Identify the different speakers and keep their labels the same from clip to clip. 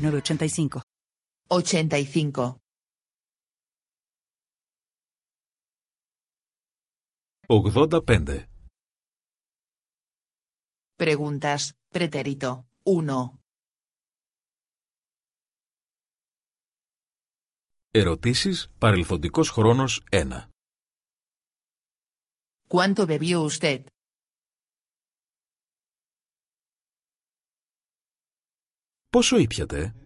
Speaker 1: 985.
Speaker 2: 85.
Speaker 3: Ογδόντα-πέντε.
Speaker 2: Preguntas, pretérito. 1.
Speaker 3: Ερωτήσεις παρελθοντικός χρόνος 1.
Speaker 2: ¿Cuánto bebió usted?
Speaker 3: Πόσο ήπιατε?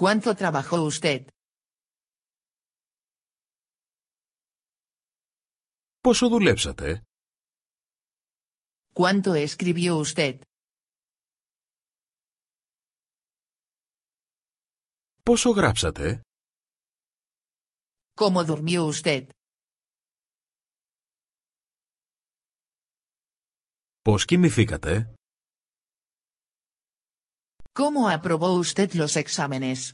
Speaker 2: ¿Cuánto trabajó usted?
Speaker 3: Πόσο δουλέψατε?
Speaker 2: ¿Cuánto escribió usted?
Speaker 3: Πόσο γράψατε?
Speaker 2: ¿Cómo durmió usted?
Speaker 3: Πώς κοιμηθήκατε?
Speaker 2: ¿Cómo aprobó usted los exámenes?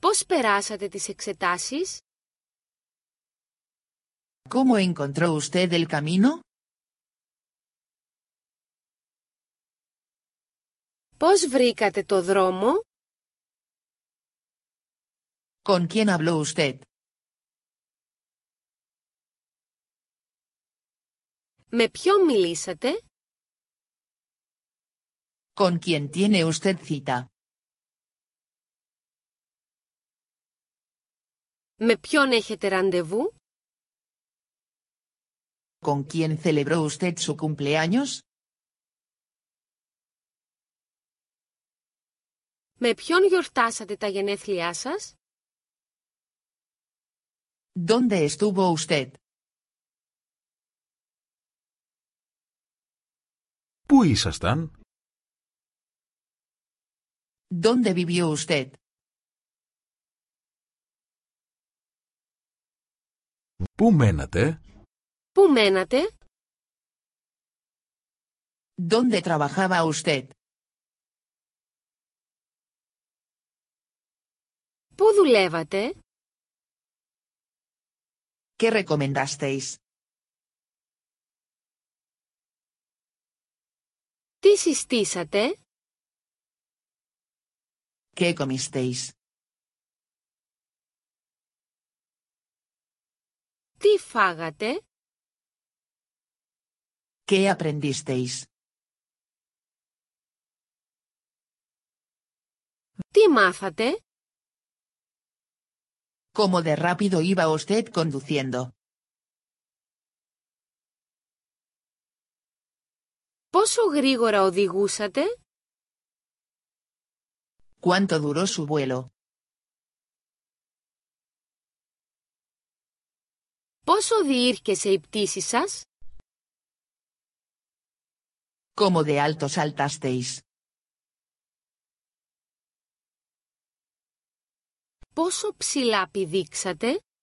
Speaker 4: Πώς περάσατε τις εξετάσεις?
Speaker 2: ¿Cómo encontró usted el camino?
Speaker 4: Πώς βρήκατε το δρόμο?
Speaker 2: ¿Con quién habló usted?
Speaker 4: Με ποιον μιλήσατε?
Speaker 2: ¿Con quién tiene usted cita?
Speaker 4: Με ποιον έχετε ραντεβού?
Speaker 2: ¿Con quién celebró usted su cumpleaños?
Speaker 4: Με ποιον γιορτάσατε τα γενέθλιά σας?
Speaker 2: ¿Dónde estuvo usted?
Speaker 3: Πού ήσασταν?
Speaker 2: ¿Dónde vivió usted?
Speaker 3: Πού μένατε?
Speaker 4: Πού μένατε?
Speaker 2: ¿Dónde trabajaba usted?
Speaker 4: Πού δουλεύατε?
Speaker 2: ¿Qué recomendasteis?
Speaker 4: Τι συστήσατε?
Speaker 2: ¿Qué comisteis?
Speaker 4: Τι φάγατε?
Speaker 2: ¿Qué aprendisteis?
Speaker 4: Τι μάθατε?
Speaker 2: ¿Cómo de rápido iba usted conduciendo?
Speaker 4: Πόσο γρήγορα οδηγούσατε?
Speaker 2: ¿Cuánto duró su vuelo?
Speaker 4: Πόσο διήρκεσε η πτήση σας?
Speaker 2: ¿Cómo de alto saltasteis?
Speaker 4: Πόσο ψηλά πηδήξατε?